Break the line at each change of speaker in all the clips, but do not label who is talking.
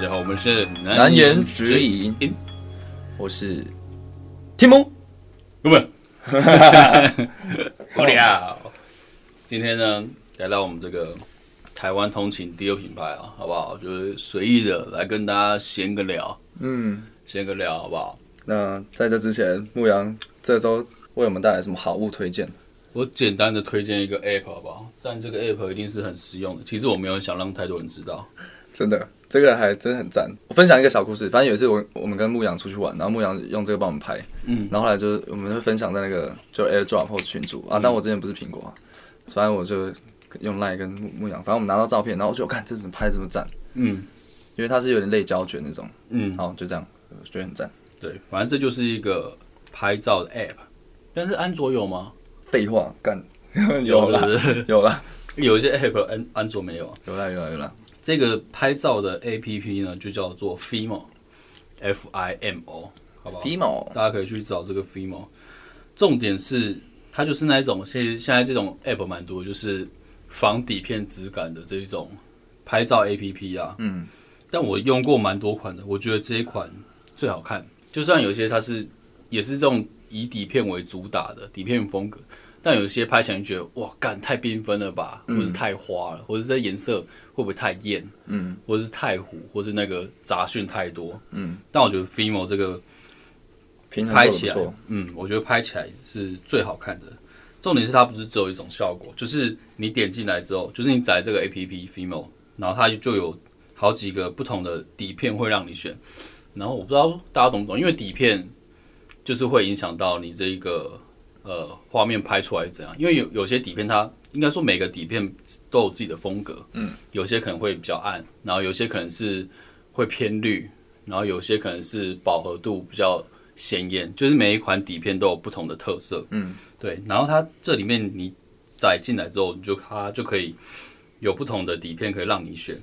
家好，我们是
难言之隐
隐，
我是天梦。
不 不，无聊。今天呢，来到我们这个台湾通勤第二品牌啊，好不好？就是随意的来跟大家闲个聊，
嗯，
闲个聊，好不好？
那在这之前，牧羊这周为我们带来什么好物推荐？
我简单的推荐一个 app 好不好？但这个 app 一定是很实用的。其实我没有想让太多人知道，
真的，这个还真的很赞。我分享一个小故事，反正有一次我我们跟牧羊出去玩，然后牧羊用这个帮我们拍，
嗯，
然后后来就是我们会分享在那个就 AirDrop 或者群组啊，但我之前不是苹果啊，反正我就用 Line 跟牧牧羊，反正我们拿到照片，然后我就看这怎么拍得这么赞，
嗯
因为它是有点类胶卷那种，
嗯，
好就这样，我觉得很赞。
对，反正这就是一个拍照的 app。但是安卓有吗？
废话，干 有啦
是不是
有啦
有一些 app 安安卓没有啊。
有啦有啦有啦，
这个拍照的 APP 呢，就叫做 Fimo，F I M O，好不好？
皮毛
大家可以去找这个 Fimo。重点是，它就是那一种，现现在这种 App 蛮多，就是仿底片质感的这一种拍照 APP 啊。
嗯。
但我用过蛮多款的，我觉得这一款最好看。就算有些它是也是这种以底片为主打的底片风格，但有些拍起来你觉得哇，干太缤纷了吧，或是太花了，或者是这颜色会不会太艳，
嗯，
或是太糊，或是那个杂讯太多，
嗯。
但我觉得 Fimo 这个
平衡
拍
做
起
得
来
不错，，
嗯，我觉得拍起来是最好看的。重点是它不是只有一种效果，就是你点进来之后，就是你载这个 A P P Fimo，然后它就有好几个不同的底片会让你选。然后我不知道大家懂不懂，因为底片就是会影响到你这一个呃画面拍出来是怎样，因为有有些底片它应该说每个底片都有自己的风格，嗯，有些可能会比较暗，然后有些可能是会偏绿，然后有些可能是饱和度比较鲜艳，就是每一款底片都有不同的特色。
嗯，
对。然后它这里面你载进来之后，你就它就可以有不同的底片可以让你选。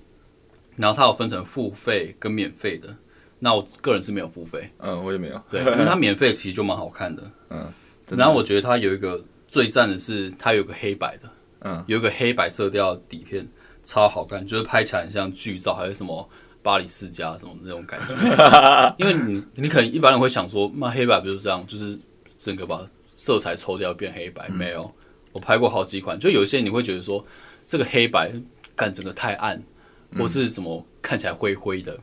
然后它有分成付费跟免费的。那我个人是没有付费，
嗯，我也没有，
对，因为它免费其实就蛮好看的。
嗯，
然后我觉得它有一个最赞的是，它有个黑白的，
嗯，
有一个黑白色调的底片，超好看，就是拍起来很像剧照，还是什么巴黎世家什么那种感觉。因为你你可能一般人会想说，那黑白不就是这样，就是整个把色彩抽掉变黑白？没有，我拍过好几款，就有一些你会觉得说，这个黑白干整个太暗，或是怎么看起来灰灰的，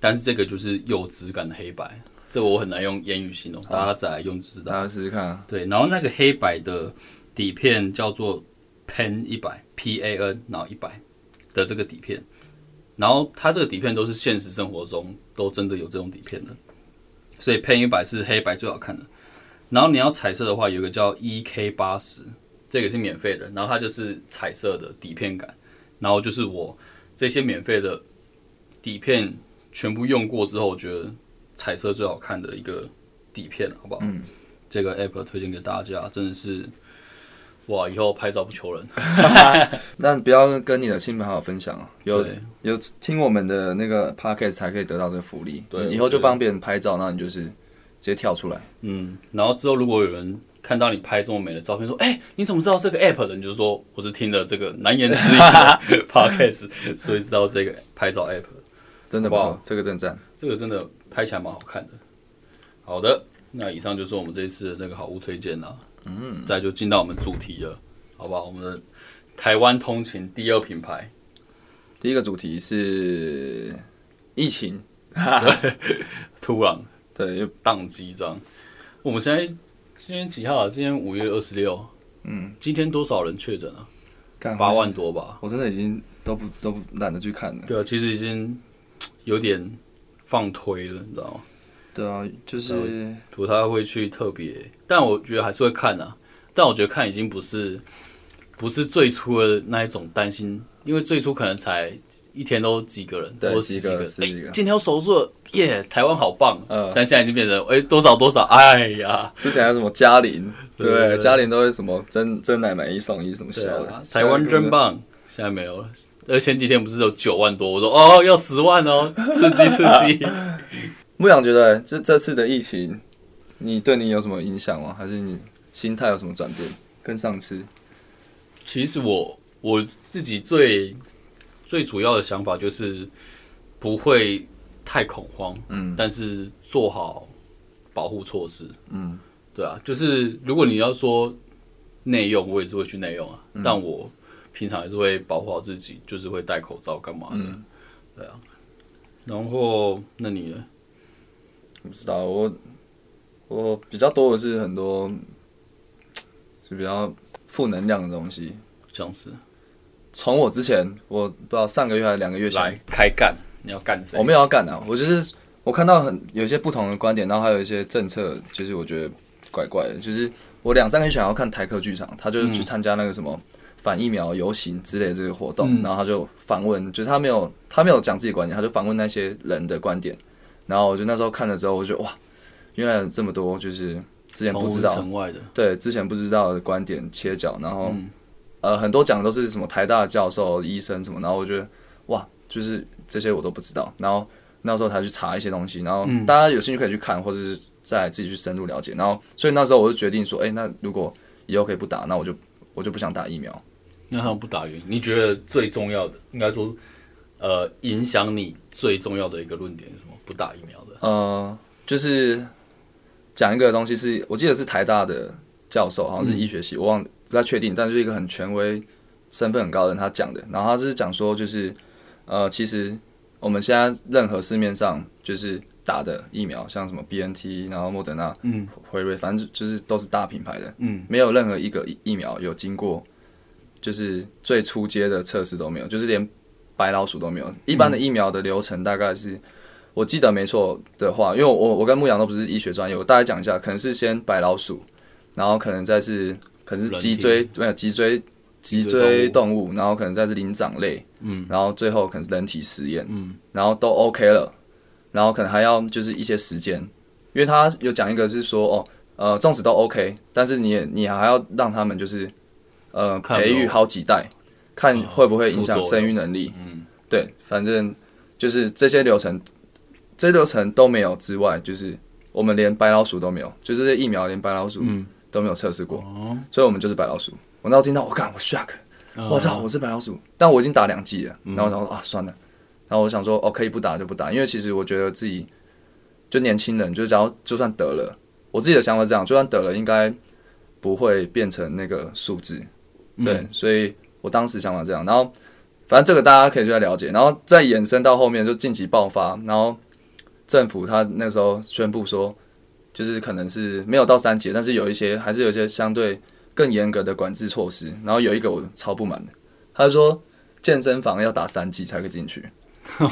但是这个就是有质感的黑白。这个我很难用言语形容，大家再来用就知道
大。家试试看啊。
对，然后那个黑白的底片叫做 Pan 一百 P A N，然后一百的这个底片，然后它这个底片都是现实生活中都真的有这种底片的，所以 Pan 一百是黑白最好看的。然后你要彩色的话，有一个叫 E K 八十，这个是免费的，然后它就是彩色的底片感，然后就是我这些免费的底片全部用过之后，我觉得彩色最好看的一个底片，好不好？这个 app 推荐给大家，真的是哇！以后拍照不求人，
但不要跟你的亲朋好友分享哦，有
对
有听我们的那个 podcast 才可以得到这个福利。
对
你以
我
后
觉
就
得
帮别人拍照，那你就是直接跳出来。
嗯。然后之后如果有人看到你拍这么美的照片，说：“哎、你怎么知道这个 app 的？”你就说：“我是听了这个难言之隐的 podcast，所以知道这个拍照 app。
真的不错
哇，
这个真赞。”
这个真的拍起来蛮好看的。好的，那以上就是我们这一次的那个好物推荐啦。嗯，再就进到我们主题了，好不好？我们的台湾通勤第二品牌，
第一个主题是疫情，
突然
对，又
宕机这样。我们现在今天几号啊？今天五月二十六。嗯，今天多少人确诊啊？
干
八，万多吧。
我真的已经都不都不懒得去看了。
对啊，其实已经有点放推了，你知道吗？
对啊，就是
不太会去特别，但我觉得还是会看啊。但我觉得看已经不是不是最初的那一种担心，因为最初可能才一天都几个人，
对
或者十
几个
个
十几个
哎今天有手术了耶台湾好棒。
嗯
但现在已经变成哎、多少多少，哎呀，
之前还有什么嘉玲，
对对
对，
对
嘉玲都会什么真真奶买一送一什么小
对
的，
啊，台湾真棒。现在没有了，呃，前几天不是有九万多，我说哦要十万哦，刺激刺激。
牧羊觉得这这次的疫情，你对你有什么影响吗？还是你心态有什么转变？跟上次，
其实我我自己最最主要的想法就是不会太恐慌，
嗯，
但是做好保护措施，嗯，对啊，就是如果你要说内用，我也是会去内用啊，但我平常也是会保护好自己，就是会戴口罩干嘛的，对啊。然后，那你呢？
不知道我我比较多的是很多是比较负能量的东西。
这样子
从我之前，我不知道上个月还是两个月前，
来开干，你要干谁
我？没有要干啊，我就是我看到很有一些不同的观点，然后还有一些政策，就是我觉得怪怪的。就是我两三个月前要看台客剧场，他就是去参加那个什么反疫苗游行之类的这个活动，
嗯
然后他就访问，就是他没有他没有讲自己观点，他就访问那些人的观点。然后我就那时候看了之后，我就哇，原来有这么多就是之前
从
不
无
知道，
城外的，
对之前不知道的观点切角，然后、呃很多讲的都是什么台大的教授、医生什么，然后我觉得哇，就是这些我都不知道，然后那时候才去查一些东西，然后大家有兴趣可以去看，或者是再自己去深入了解，然后所以那时候我就决定说，哎、那如果以后可以不打，那我就我就不想打疫苗，
那他们不打原因，你觉得最重要的，应该说，呃，影响你最重要的一个论点是什么？不打疫苗的，
呃，就是讲一个东西是，我记得是台大的教授，好像是医学系，我忘不太确定，但是一个很权威、身份很高的人他讲的。然后他就是讲说，就是呃，其实我们现在任何市面上就是打的疫苗，像什么 BNT，然后莫德纳、
嗯
辉瑞，反正就是都是大品牌的，
嗯，
没有任何一个疫疫苗有经过就是最初阶的测试都没有，就是连白老鼠都没有。一般
嗯
的疫苗的流程大概是，我记得没错的话，因为我我跟牧羊都不是医学专业，我大概讲一下，可能是先白老鼠，然后可能再是可能是
人体
脊椎没有脊椎脊椎动物，然后可能再是灵长类，
嗯，
然后最后可能是人体实验，
嗯，
然后都 OK 了，然后可能还要就是一些时间，因为他有讲一个是说哦，呃，粽子都 OK，但是你也你还要让他们就是呃
看有没
培
有
育好几代，看会不会影
嗯
响
副作
生
用
育能力，
嗯，
对，反正就是这些流程，这些流程都没有之外，就是我们连白老鼠都没有，就是这疫苗连白老鼠都没有测试过，
嗯哦，嗯
所以我们就是白老鼠。我那时候听到，我看我 shock，我操，我是白老鼠，但我已经打两剂了，然后我想说啊，算了，然后我想说哦，可以不打就不打，因为其实我觉得自己就年轻人，就是只要就算得了，我自己的想法是这样，就算得了，应该不会变成那个数字，对，
嗯
所以我当时想法这样，然后反正这个大家可以去了解，然后再延伸到后面就近期爆发，然后政府他那时候宣布说，就是可能是没有到三级，但是有一些还是有一些相对更严格的管制措施，然后有一个我超不满的，他说健身房要打三剂才可以进去，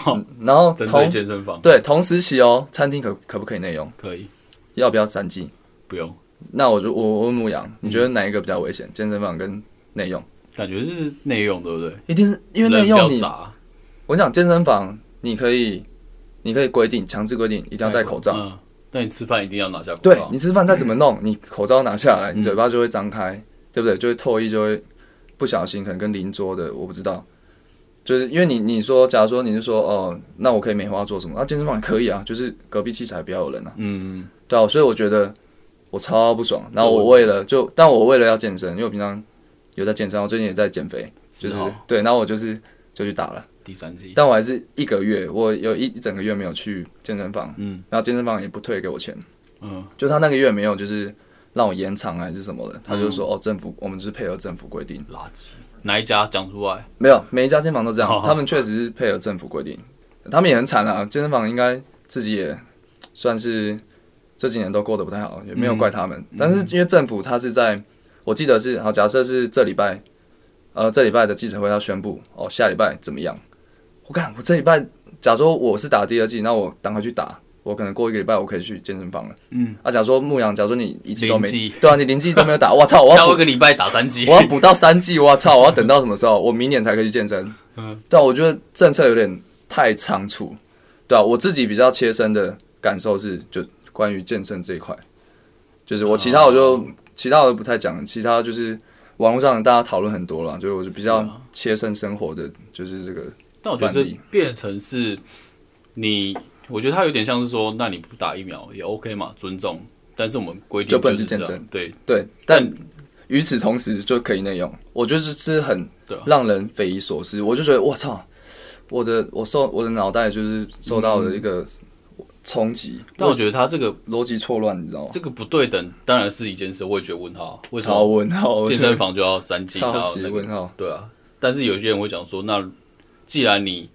嗯然后
针对
同
健身房
对同时期哦，餐厅可可不可以内用？
可以
要不要三剂？
不用，
那我就我我问牧羊，你觉得哪一个比较危险？健身房跟内用？
感觉是内用对不对？
一定是因为
人
内
比较
用你
杂，
我跟你讲健身房，你可以，你可以规定强制规定一定要戴口罩。
嗯，啊但你吃饭一定要拿下口
对
罩，
你吃饭再怎 么弄，你口罩拿下来，
嗯
你嘴巴就会张开，对不对？就会唾液，就会不小心可能跟邻桌的，我不知道。就是因为你你说，假如说你是说哦，那我可以梅花做什么？那、健身房也可以啊，就是隔壁器材不要有人啊。
嗯，
对啊，所以我觉得我超不爽。然后
对
我为了就，但我为了要健身，因为我平常有在健身，我最近也在减肥，就
只
是
好
对，然后我就是就去打了。
第三季，
但我还是一个月，我有一一整个月没有去健身房，
嗯
然后健身房也不退给我钱，
嗯
就他那个月没有就是让我延长还是什么的，他就
嗯
说、哦，政府我们就是配合政府规定，
垃圾，哪一家讲出来？
没有每一家健身房都这样，
好好
他们确实是配合政府规定，他们也很惨啊，健身房应该自己也算是这几年都过得不太好，也没有怪他
嗯
们，但是因为政府他是在，我记得是好，假设是这礼拜，呃，这礼拜的记者会要宣布哦，下礼拜怎么样？我看我这礼拜，假如说我是打第二季，那我赶快去打，我可能过一个礼拜我可以去健身房了。嗯，啊，假如说牧羊，假如说你一季都没
零季，
对啊，你零季都没有打，我操，我要
下
补
一个礼拜打三季，
我要补到三季，我操！我要等到什么时候？我明年才可以去健身。
嗯
嗯，对啊，我觉得政策有点太仓促。对啊，我自己比较切身的感受是，就关于健身这一块，就是我其他
哦
我就、其他我就不太讲，其他就是网络上大家讨论很多了，就是我就比较
是啊
切身生活的，就是这个
但我觉得这
范例
变成是你，我觉得它有点像是说，那你不打疫苗也 OK 嘛，尊重。但是我们规定
就不能
是
去健
这样
身
对，
对，但与此同时就可以内用，我觉得是很
对啊
让人匪夷所思。我就觉得我操，我的我受我的脑袋就是受到了一个
嗯
冲击，
但我觉得他这个
逻辑错乱，你知道吗？
这个不对等当然是一件事，我也觉得问号，啊为什
超
么
问号，我
健
觉
身
得
房就要三 G 到
超级
那
问
个？
号。
对啊，但是有些人会讲说，那既然你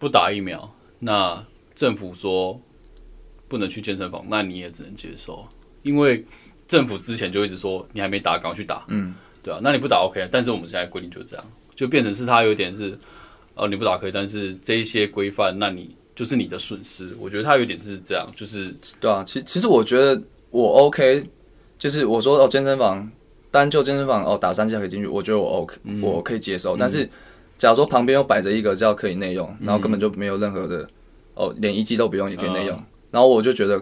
不打疫苗，那政府说不能去健身房，那你也只能接受，啊因为政府之前就一直说你还没打，赶快去打，
嗯，
对啊，那你不打 OK，但是我们现在规定就是这样，就变成是它有点是，哦、你不打可以，但是这一些规范，那你就是你的损失。我觉得它有点是这样，就是
对啊，其其实我觉得我 OK，就是我说哦健身房，单就健身房哦打三下可以进去，我觉得我 OK，、我
嗯
可以接受。但是假如说旁边又摆着一个叫可以内用，然后根
嗯
本就没有任何的哦，连一季都不用也可以内用，
啊
然后我就觉得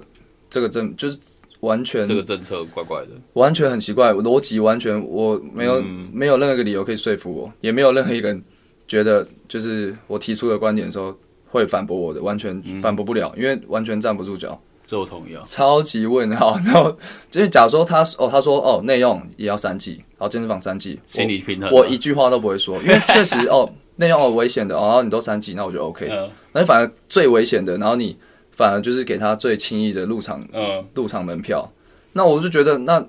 这个真就是完全
这个政策怪怪的。
完全很奇怪，我逻辑完全我没有、
嗯
没有任何一个理由可以说服我，也没有任何一个人觉得就是我提出的观点的时候会反驳我的，完全
嗯
反驳不了，因为完全站不住脚。
这我同意啊，
超级问号。 然后就是假如说他哦，他说哦内用也要三 G，然后健身房三 G，
心理平衡啊、
我一句话都不会说，因为确实 哦内用哦危险的，哦然后你都三 G，那我就 OK。
嗯
那反而最危险的，然后你反而就是给他最轻易的入场
嗯，
入场门票，那我就觉得那。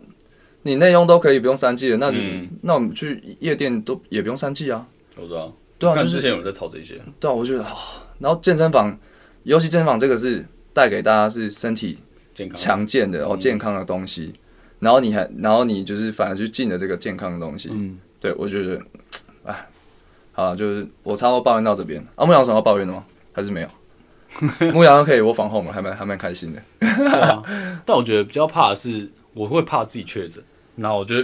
你内用都可以不用三 G 的，那你、
嗯
那我们去夜店都也不用三 G 啊？
我知道。
对啊，
看
就
之
是
前有人在吵这些，
对啊，我觉得啊、然后健身房，尤其健身房这个是带给大家是身体
健康嗯
强健的哦健康的东西，然后你还然后你就是反而去进了这个健康的东西，
嗯，
对我觉得，哎，好了，就是我差不多抱怨到这边。啊，牧羊有什么要抱怨的吗？还是 没有？牧羊可以我防控了，还蛮还蛮开心的。
对啊。但我觉得比较怕的是，我会怕自己确诊，然后我就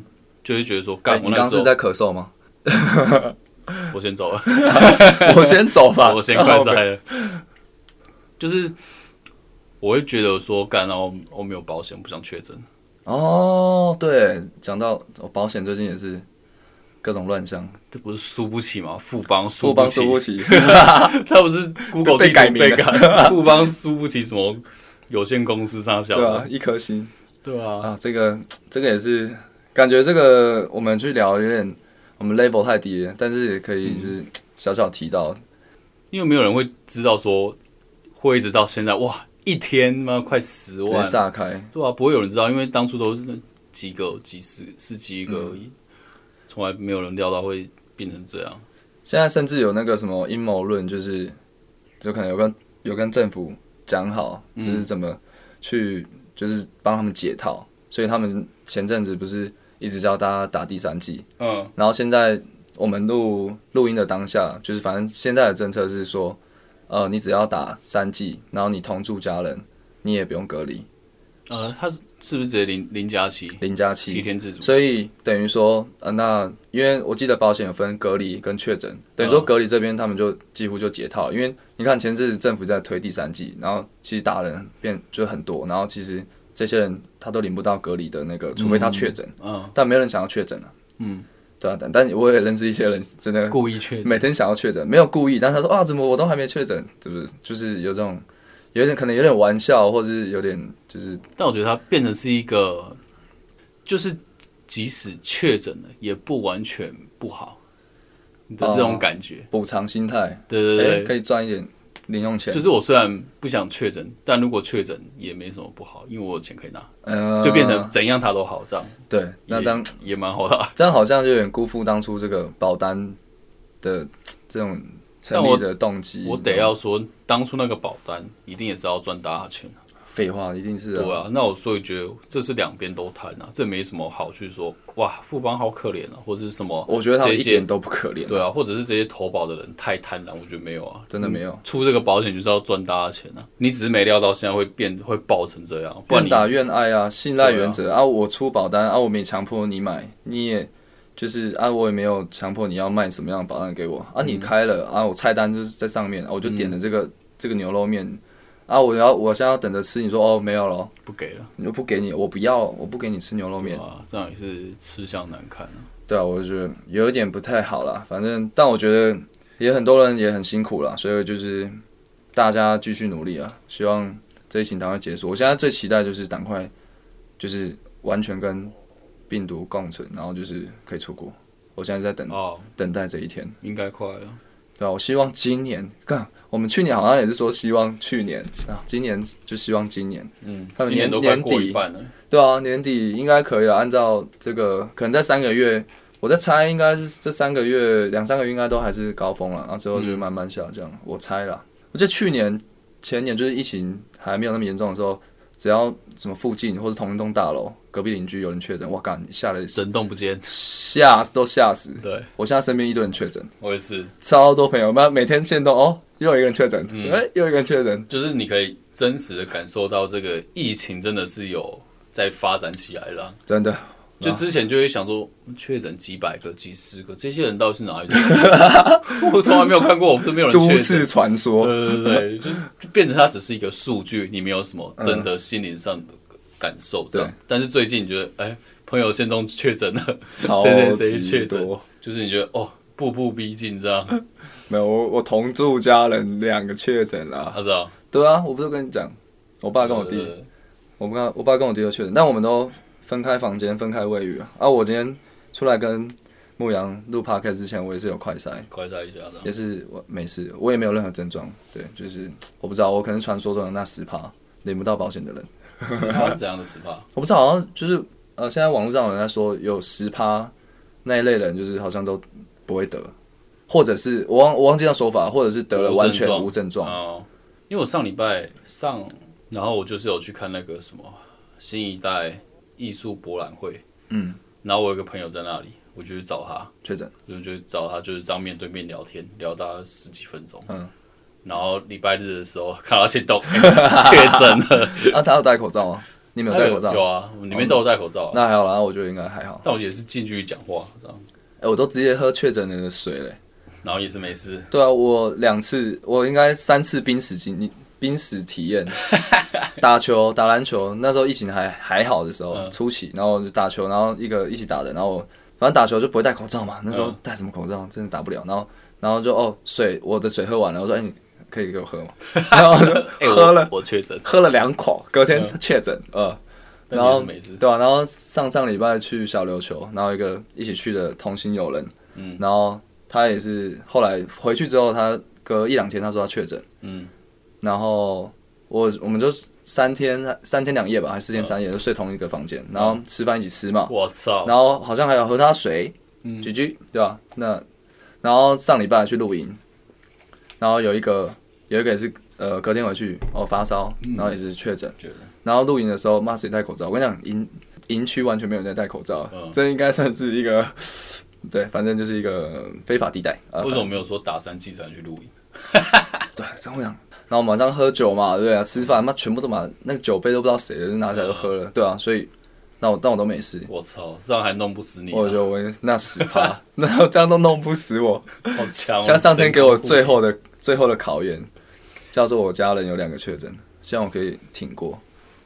就会觉得说，
哎
干，
你
我
刚
那
刚
时
是
候
在咳嗽吗？
我先走了。
我先走吧，
我先快塞
然后
了。就是我会觉得说，干，然后我没有保险，不想确诊。
哦，对，讲到哦保险最近也是各种乱象，
这不是输不起吗？富邦输
不帮
起
输，不 起，
他不是 Google 地
被
图
改
被
名
改，富邦输不起什么有限公司啥小
对啊
的，，
一颗星。
对啊，
啊，这个这个也是，感觉这个我们去聊有点，我们 level 太低了，但是可以就是小小提到，
因为没有人会知道说会一直到现在哇，一天妈快十
直接
万，
炸开。
对啊，不会有人知道，因为当初都是那几个、几十、十几个而已，从来没有人料到会变成这样。
现在甚至有那个什么阴谋论，就是就可能有跟有跟政府讲好，就是怎么去就是帮他们解套，所以他们前阵子不是一直叫大家打第三剂，
嗯
然后现在我们录录音的当下，就是反正现在的政策是说，呃，你只要打三剂，然后你同住家人，你也不用隔离，
呃，他是是不是直接零零加七？
零加
七
七。
天自主，
所以等于说，呃，那因为我记得保险有分隔离跟确诊，等
嗯
于说隔离这边他们就几乎就解套，因为你看前阵子政府在推第三剂，然后其实打的人变就很多，然后其实这些人他都领不到隔离的那个，除非他确诊，
嗯，
但没有人想要确诊啊，
嗯，
对啊，但但我也认识一些人真的
故意确诊，
每天想要确诊，没有故意，但是他说啊，怎么我都还没确诊，是不是？就是有这种，有点可能有点玩笑，或者是有点就是
但我觉得它变成是一个，就是即使确诊了，也不完全不好的
哦
这种感觉。
补偿心态，
对对
哎
对，
可以赚一点零用钱
就，是我虽然不想确诊，但如果确诊也没什么不好，因为我有钱可以拿，
嗯，
就变成怎样它都好，这样
对，那
也
这样
也蛮好的啊。
这样好像就有点辜负当初这个保单的这种成立的动机。
我得要说，当初那个保单一定也是要赚大家钱啊，
废话，一定是
对
啊，
啊。那我所以觉得这是两边都贪啊，这没什么好去说哇，富邦好可怜啊，或者是什么。
我觉得他们
这
一
些
点都不可怜，
对啊，或者是这些投保的人太贪婪，我觉得没有啊，
真的没有，
出这个保险就是要赚大家钱啊！你只是没料到现在会变会爆成这样，不然
愿
你
打愿挨啊，信赖原则啊我出保单啊，我没强迫你买，你也就是啊，我也没有强迫你要卖什么样的保单给我啊，你开
嗯
了啊，我菜单就是在上面，啊、我就点了这个、这个牛肉面啊，我要我现在要等着吃，你说哦没有了，
不给了
你就不给你，我不要，我不给你吃牛肉面，
啊，这样也是吃相难看啊。
对啊，我就觉得有一点不太好啦，反正但我觉得也很多人也很辛苦啦，所以就是大家继续努力啊，希望这疫情赶快结束。我现在最期待就是赶快就是完全跟病毒共存，然后就是可以出国。我现在在等
哦，
等待这一天，
应该快了，
对啊吧、我希望今年干，我们去年好像也是说希望去年啊，今年就希望今年，
嗯，
他们
今年
年
都快过
年底
一半了，
对啊，年底应该可以了。按照这个，可能在三个月，我在猜，应该是这三个月两三个月应该都还是高峰了，然后之后就慢慢下降。
嗯
我猜啦，我记得去年前年就是疫情还没有那么严重的时候，只要什么附近或是同一栋大楼隔壁邻居有人确诊，哇干，吓得
整栋不见。
吓死都吓死。
对
我现在身边一堆人确诊，
我也是，
超多朋友，妈每天见到哦， 又有一个人确诊，哎、
嗯
又有一个人确诊，
就是你可以真实的感受到这个疫情真的是有在发展起来了。
真 的。
就之前就会想说，嗯确诊几百个、几十个，这些人到底是哪 里来的？我从来没有看过我身边有人
都
确
市
诊。
传 说，
对对对，就是就变成它只是一个数据，你没有什么真的心灵上的感受这样
对。
但是最近你觉得，哎，朋友 线中确诊了，
超
谁谁谁确
级
诊
多。
就是你觉得哦，步步逼近 这样，
没有，我我同住家人两个确诊啦。
他知道。
对啊，我不是跟你讲，我爸跟我弟，
呃
我不跟我爸跟我弟都确诊，但我们都分开房间，分开卫浴啊。啊，我今天出来跟牧羊录 podcast 之前，我也是有快筛，
快筛一下这样。
也是我没事，我也没有任何症状。对，就是我不知道，我可能传说中的那十趴领不到保险的人，
十趴是怎样的 十趴？
我不知道，好像就是呃，现在网络上有人在说有十趴那一类人，就是好像都不会得，或者是我忘我忘记那说法，或者是得了完全无症状。
哦，因为我上礼拜上，然后我就是有去看那个什么新一代艺术博览会，
嗯，
然后我有个朋友在那里，我就去找他，
确诊，
我就去找他，就是这样面对面聊天，聊大概十几分钟。
嗯。
然后礼拜日的时候看到他先 动确诊了，
啊，他有戴口罩吗？你没有戴口罩？
有啊，我们里面都有戴口罩啊、
那还好啦，我觉得应该还好。
但我也是近距离讲话这样，
哎、我都直接喝确诊人的水嘞。
然后也是没事，
对啊，我两次，我应该三次濒死经历，濒死体 验。打球、打篮球，那时候疫情还还好的时候，
嗯
初期，然后就打球，然后一个一起打的，然后我反正打球就不会戴口罩嘛，那
嗯
时候戴什么口罩，真的打不了。然后，然后就哦，水，我的水喝完了，我说，哎、你可以给我喝吗？ 然后我
哎
就
我嗯
喝了，
我确诊，
喝了两口，隔天他确诊，呃，
但
然后
也是没事
对啊，然后上上礼拜去小琉球，然后一个一起去的同行友人，嗯，然后他也是后来回去之后，他隔一两天他说他确诊，
嗯，
然后我我们就三天三天两夜吧，还是四天
啊
三夜，就睡同一个房间，然
嗯
后吃饭一起吃嘛，
我操，
然后好像还有喝他水，居居对吧、那然后上礼拜去露营，然后有一个有一个也是呃隔天回去哦发烧，然后也是确诊，
确诊
然后露营的时候骂谁戴口罩，我跟你讲营营区完全没有人在戴口罩，啊这应该算是一个 对，反正就是一个非法地带啊。
为什么没有说打三剂才能去露营？
对，真会讲。然后我们晚上喝酒嘛，对不对啊？吃饭，妈全部都把那个酒杯都不知道谁的，就拿起来就喝了，对啊，所以那我但我都没事，
我操，这样还弄不死你、
我
啊，
就哦我那十趴，那这样都弄不死我。
好强、哦！
像上天给我最后的最后的考验，叫做我家人有两个确诊，希望我可以挺过。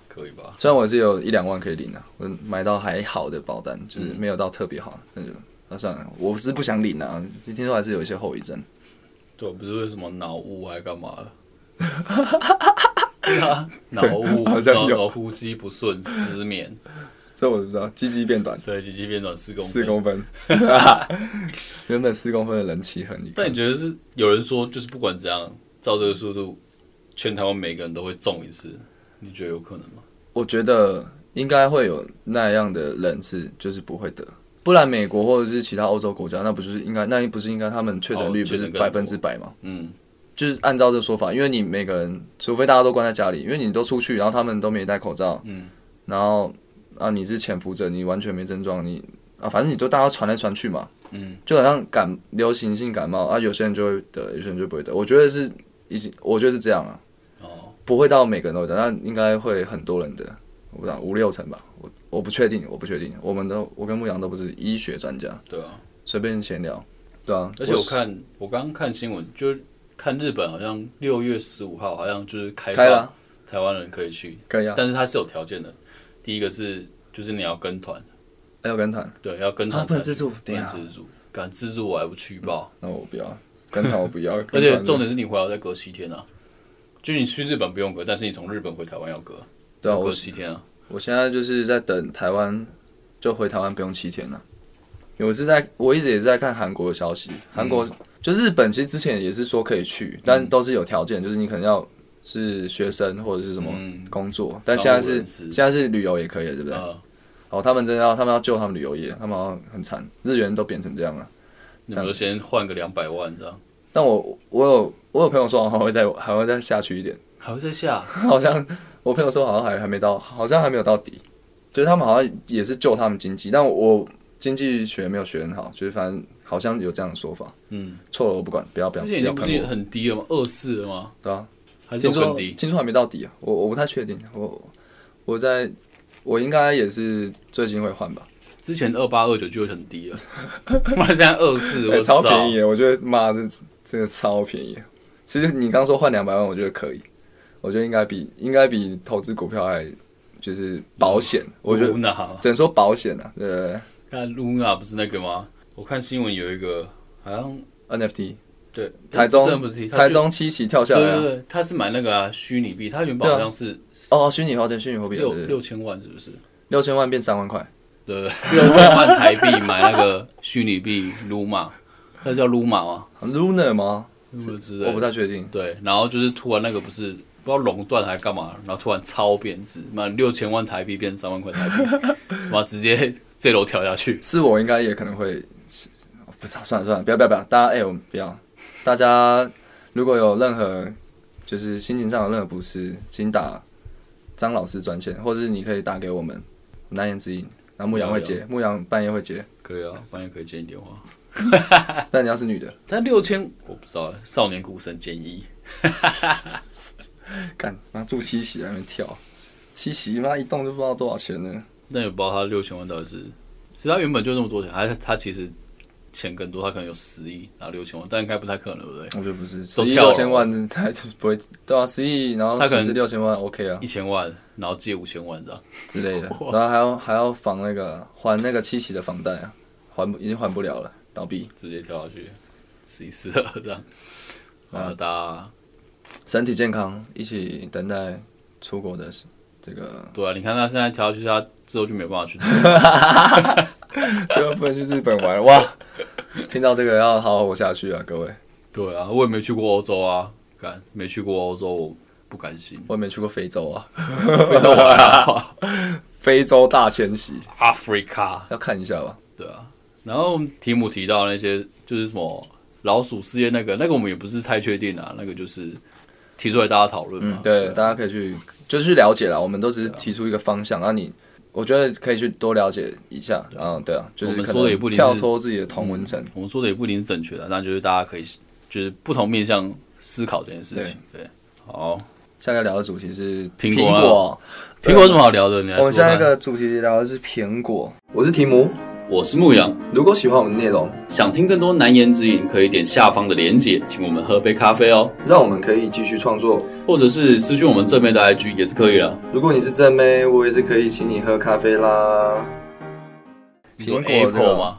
可以吧？
虽然我是有一两万可以领的、啊，我买到还好的保单，
嗯
就是没有到特别好，那就那算了，我是不想领啊。听说还是有一些后遗症，
对，不是为什么脑雾还干嘛 的？脑雾，
好像有
然后呼吸不顺、失眠，
这我就不知道。鸡鸡变短
对，鸡鸡变短四公
四
分。
公分， 原本四公分的人气很，你看
但你觉得是有人说，就是不管怎样，照这个速度，全台湾每个人都会中一次，你觉得有可能吗？
我觉得应该会有那样的人是就是不会得，不然美国或者是其他欧洲国家，那不就是应该那不是应该他们确诊率
哦
不
确
是
诊更
百分之百吗？
嗯，
就是按照这个说法，因为你每个人，除非大家都关在家里，因为你都出去，然后他们都没戴口罩，
嗯，
然后啊你是潜伏者，你完全没症状，你啊反正你就大家传来传去嘛，
嗯，
就好像感流行性感冒啊，有些人就会得，有些人就不会得，我觉得是已经，我觉得是这样啊，
哦，
不会到每个人都会得，但应该会很多人得，我不知道五六成吧，我我不确定，我不确定，我们都我跟牧羊都不是医学专家，
对啊。
随便闲聊，对啊，
而且我看，我刚刚看新闻，就是看日本好像六月十五号，好像就是开
开
放
了
台湾人可以去，
可以啊，
但是它是有条件的。第一个是，就是你要跟团，
还有跟团，
对，要跟
啊
团
不
才
能
去、
自助
不能
等
自助，敢自助我还不去报。
那我不要跟团，我 不要，
而
跟
且
团
重点是你回来要再隔七天啊，就你去日本不用隔，但是你从日本回台湾要隔，
对啊，
要
我
隔七天啊。
我现在就是在等台湾，啊
嗯
就回台湾不用七天了。因为我是在我一直也是在看韩国的消息，韩国就日本其实之前也是说可以去，但都是有条件，就是你可能要是学生或者是什么
嗯
工作，但现
商
在
务
是
人士
现在是旅游也可以了，对不对？
呃，
哦，他们真的要他们要救他们旅游业，他们好像很惨，日元都贬成这样了。
你们就先换个两百万这样，
但我我有我有朋友说好像会再还会再下去一点，
还会再下？
好像我朋友说好像还还没到，好像还没有到底，就是他们好像也是救他们经济，但我经济学没有学很好，就是反正好像有这样的说法，
嗯，
错了我不管，不要不要
之
不
前已
要
经不
喷
是
我，
很低了吗？二四了吗？
对啊，
还是
听
有更
说
低？
听说还没到底啊，我我不太确定，我我在我应该也是最近会换吧，
之前二八二九就很低了， 妈现在二四，
欸
我
超
操！
便宜耶，我觉得妈这这个超便宜。其实你刚说换两百万，我觉得可以，我觉得应该比应该比投资股票还就是保险，我觉得
露娜，
只能说保险啊，对对
那露娜不是那个吗？我看新闻有一个好像
对，NFT，
对
台
不是
中
不是他就
台中七期跳下
对
来
对
啊，
对，他是买那个啊虚拟币，他原本
对啊
好像是
哦，虚拟货币，虚拟货币，对
六
对对
六千万是不是？
六千万变三万块，
对，六千万台币买那个虚拟币 Luma，那叫 Luma 吗
Luna 吗？
？Luma 之
我
类
不
的。
太确定，
对，然后就是突然那个不是不知道垄断还干嘛，然后突然超贬值，妈六千万台币变三万块台币，妈直接 这楼跳下去。
是我应该也可能会，哦不是啊，算了算了，不要不要不要，大家哎、我们不要，大家如果有任何就是心情上有任何不适，请打张老师专线，或者是你可以打给我们难言之隐，然后牧羊会接，牧羊半夜 会接，
可以啊，半夜可以接你电话。
但你要是女的，
但六千我不知道，少年股神减一，
干妈住七喜在那边跳，七喜妈一动就不知道多少钱呢，
但也不知道他六千万到底是，其实他原本就那么多钱，还是他其实钱更多，他可能有十亿，然后六千万，但应该不太可能，对不对？
我觉得不是十
都
亿
跳
六
了
千万才不会，对啊，十亿然后
他可
损
能
失六千万 OK 啊
一千万，然后借五千万这样，
之类的，然后还要还要还那个还那个七喜的房贷啊，还不已经还不了了，倒闭。
直接跳下去，十一十二这样。啊，大家
身体健康，一起等待出国的时这个
对啊，你看他现在跳下去，他之后就没办法去。
就不能去日本玩了哇！听到这个要好好活下去啊，各位！
对啊，我也没去过欧洲啊，敢没去过欧洲，我不甘心。
我也没去过非洲啊，
非洲我还好
非洲大迁徙
，Africa，
要看一下吧。
对啊，然后题目提到那些就是什么老鼠事件那个，那个我们也不是太确定啊，那个就是提出来大家讨论嘛。
嗯对，大家可以去就是去了解
啊
啦，我们都只是提出一个方向，那你我觉得可以去多了解一下。嗯，对啊，就是
我们
可
说的也
能
不一定
跳
是嗯
脱自己的同文层。
我们说的也不一定是正确的，但就是大家可以就是不同面向思考这件事情。对，好，
下个聊的主题是
苹果啊
果
苹果有什么好聊的？你来
我
说
们下
说
一
看，
个主题聊的是苹果。我是提姆，
我是牧羊，
如果喜欢我们的内容，
想听更多难言之隐，可以点下方的连结，请我们喝杯咖啡哦，
让我们可以继续创作。
或者是私讯我们正面的 IG 也是可以啊的。
如果你是正妹，我也是可以请你喝咖啡啦。苹果
你有 Apple 吗？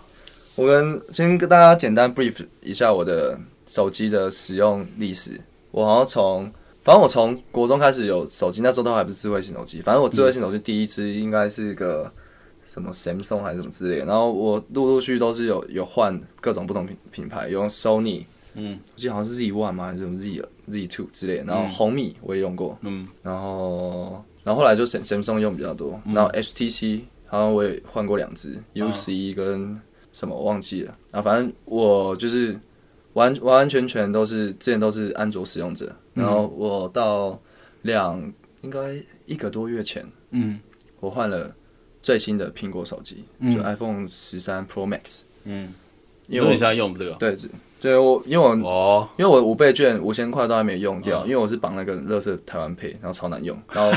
我跟先跟大家简单 brief 一下我的手机的使用历史。我好像从，反正我从国中开始有手机，那时候都还不是智慧型手机。反正我智慧型手机第一支应该是个什么 Samsung 还是什么之类的。然后我陆陆续续都是有有换各种不同品品牌，有用 Sony，
嗯，
我记得好像是 Z One 嘛，还是什么 Z Z Two 之类的。然后红米我也用过，
嗯，
然后然后后来就 Sam- Samsung 用比较多，
嗯
然后 HTC 好像我也换过两只 U 十一跟什么我忘记了，啊，反正我就是完完完全全都是之前都是安卓使用者，然后我到两应该一个多月前，
嗯，
我换了最新的苹果手机，就 iPhone 十三 Pro Max，
嗯，
因
因为
为我嗯
你现在用这个
对对我因为我
哦，
因为我五倍券五千块都还没用掉，
嗯
因为我是绑那个乐色台湾配，然后超难用，然后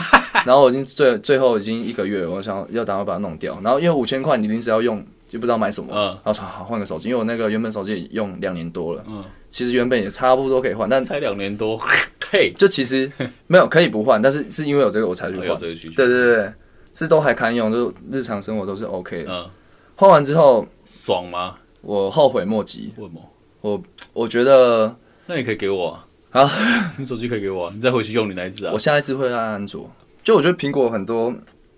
然后我已经最最后已经一个月了，我想要打算把它弄掉，然后因为五千块你临时要用，就不知道买什么，
嗯
然后说好换个手机，因为我那个原本手机也用两年多了，
嗯
其实原本也差不多可以换，但
才两年多， 嘿，
就 其实没有可以不换，但是是因为有这个我才去换，
哦有这
对
个需求，
对对，对是都还堪用，就是日常生活都是 OK 的。
嗯，
换完之后
爽吗？
我后悔莫及，
为什么？
我我觉得
那你可以给我啊， 你手机可以给我啊，你再回去用你那一只啊
我，下一次会按安卓。就我觉得苹果很多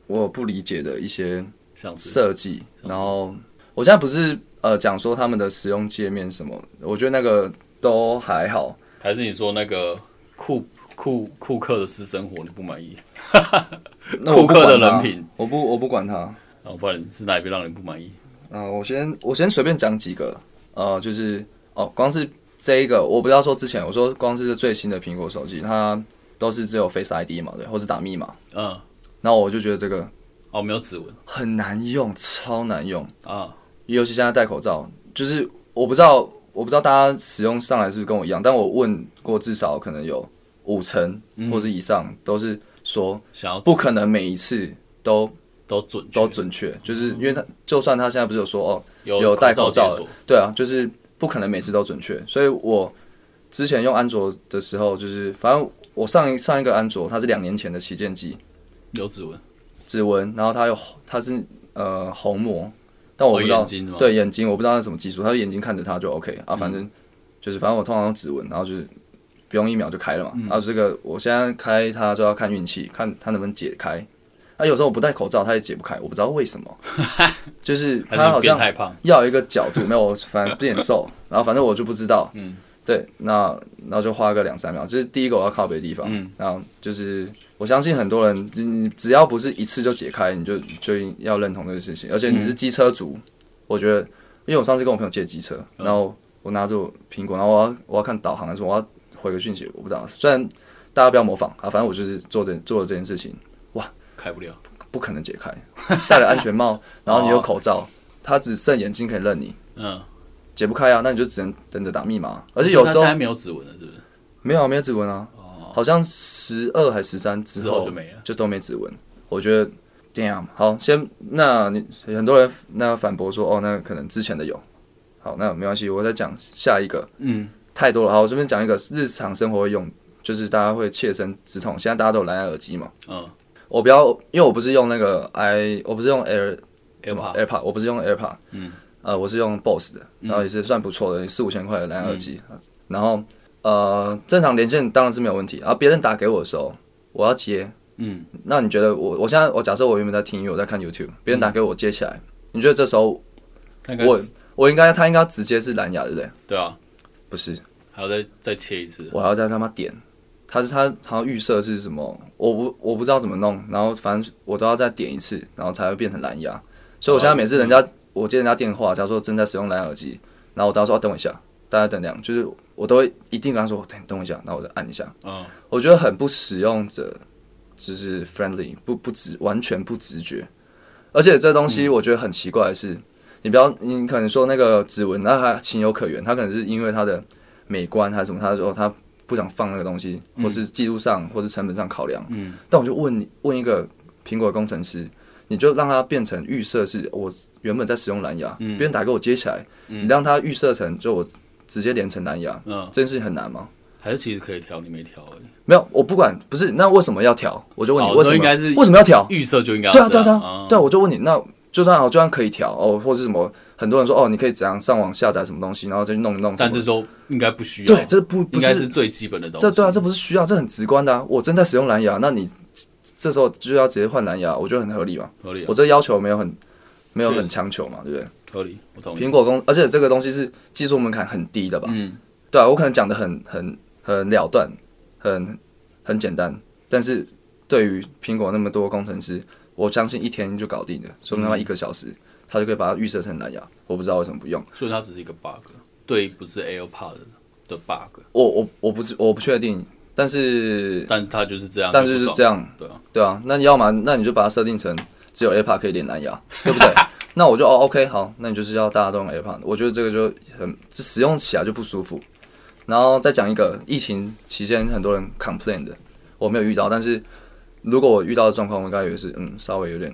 我不理解的一些
像是
设计，然后我现在不是呃讲说他们的使用界面什么，我觉得那个都还好。
还是你说那个库库库克的私生活你不满意？
那我
库
不管
克的
它
人品，
我不我不管它。
然后哦不然是哪一边让你不满意？
啊、我先我先随便讲几个，呃，就是哦，光是这一个，我不要说之前，我说光是最新的苹果手机，它都是只有 Face ID 嘛，对，或是打密码。
嗯，
那我就觉得这个
哦，没有指纹
很难用，超难用，
啊，
尤其现在戴口罩，就是我不知道我不知道大家使用上来是不是跟我一样，但我问过至少可能有五成
嗯
或是以上都是说
想要
不可能每一次都
都准确
都准确，就是因为他就算他现在不是有说哦。
有
有戴口罩
解
的
锁，
对啊，就是不可能每次都准确，所以我之前用安卓的时候，就是反正我上一上一个安卓，它是两年前的旗舰机，
有指纹，
指纹，然后它有它是呃虹膜，但我不知
哦
道
眼睛是吗嗯
对眼睛，我不知道它是什么技术，它是眼睛看着它就 OK 啊，反正、就是反正我通常用指纹，然后就是不用一秒就开了嘛，
嗯
然后这个我现在开它就要看运气，看它能不能解开。啊，有时候我不戴口罩，它也解不开，我不知道为 什么，就是
还是
它
你
好
变
像
太胖，
要一个角度，没有，我反正变 瘦，然后反正我就不知道，嗯，对，那然后就花个两三秒，这是第一个我要靠北的地方，嗯，然后就是我相信很多人，你你只要不是一次就解开，你就就要认同这个事情，而且你是机车族，我觉得，因为我上次跟我朋友借机车，然后我拿着我苹果，然后我要我要看导航的时候，我要回个讯息，我不知道，虽然大家不要模仿啊，反正我就是做这做了这件事情，
开不了，
不可能解开， 戴了安全 帽，然后你有口罩，它只剩眼睛可以认你。
哦嗯，
解不开啊，那你就只能等着打密码。而且有时
但是
候
它现在没有指纹了，是不是？
没有啊，没有指纹啊，好像十二还十三之
哦之后
后
就没了
都没指纹。我觉得 damn 好，先那你很多人那反驳说哦，那可能之前的有，好，那没关系，我再讲下一个，
嗯，
太多了。好，我这边讲一个日常生活会用，就是大家会切身之痛。现在大家都有蓝牙耳机嘛，
嗯
我不要，因为我不是用那个 i，我不是用 air
，AirPod 嗯
AirPod，我不是用 AirPod，嗯，呃，我是用 BOSS 的，然后也是算不错的，四五千块的蓝牙耳机，然后呃，正常连线当然是没有问题，然后别人打给我的时候，我要接，
嗯，
那你觉得我我现在我假设我原本在听音乐，我在看 YouTube，
嗯
别人打给我接起来，你觉得这时候
那个
我我应该他应该直接是蓝牙对不对？
哎对啊，
不是，
还要再再切一次，
我还要再他妈点，他是他好像预设是什么，我不我不知道怎么弄，然后反正我都要再点一次，然后才会变成蓝牙。所以我现在每次人家、我接人家电话，假如说正在使用蓝牙耳机，然后我都要说、啊、等我一下，大家等两，就是我都会一定跟他说等等我一下，然后我就按一下。
嗯，
我觉得很不使用者就是 friendly，不不直完全不直觉，而且这东西我觉得很奇怪的是，你不要你可能说那个指纹，那还情有可原，他可能是因为他的美观还是什么，他说他不想放那个东西，
嗯
或是技术上或是成本上考量。嗯，但我就问你问一个苹果工程师。你就让它变成预设是我原本在使用蓝牙，别、
嗯
人打给我接起来，你让它预设成就我直接连成蓝牙，
嗯
这件事情很难吗？
还是其实可以调，你没调而已。
没有，我不管，不是那为什么要调？我就问你
哦
为什么？
那应该是
为什么要调？
预设就应该要
对啊，
这
对啊，
样
对啊，对啊，我就问你，那就算好，就算可以调哦，或是什么，很多人说哦，你可以怎样上网下载什么东西，然后再去弄一弄什
但
么。
是说应该不需要，
对，这不不
应该
是
是最基本的东西。
这对啊，这不是需要，这很直观的啊。我正在使用蓝牙，那你这时候就要直接换蓝牙，我觉得很合理嘛。
合理啊
我这要求没有很没有
确
很强求嘛，对不对？
合理，我同意。
苹果公，而且这个东西是技术门槛很低的吧？
嗯，
对啊，我可能讲的很很很了断，很很简单，但是对于苹果那么多工程师，我相信一天就搞定了，说不定他妈
嗯
一个小时，他就可以把它预设成蓝牙。我不知道为什么不用，
所以它只是一个 bug，对，不是 AirPod 的 bug，
我我我不知我不确定，但是
但它就是这样，
但是是这
样，
样，
对啊，
对啊，那你要么那你就把它设定成只有 AirPod 可以连蓝牙，对不对？那我就哦 OK 好，那你就是要大家都用 AirPod，我觉得这个就很就使用起来就不舒服。然后再讲一个疫情期间很多人 complain 的，我没有遇到，但是如果我遇到的状况，我应该也是嗯稍微有点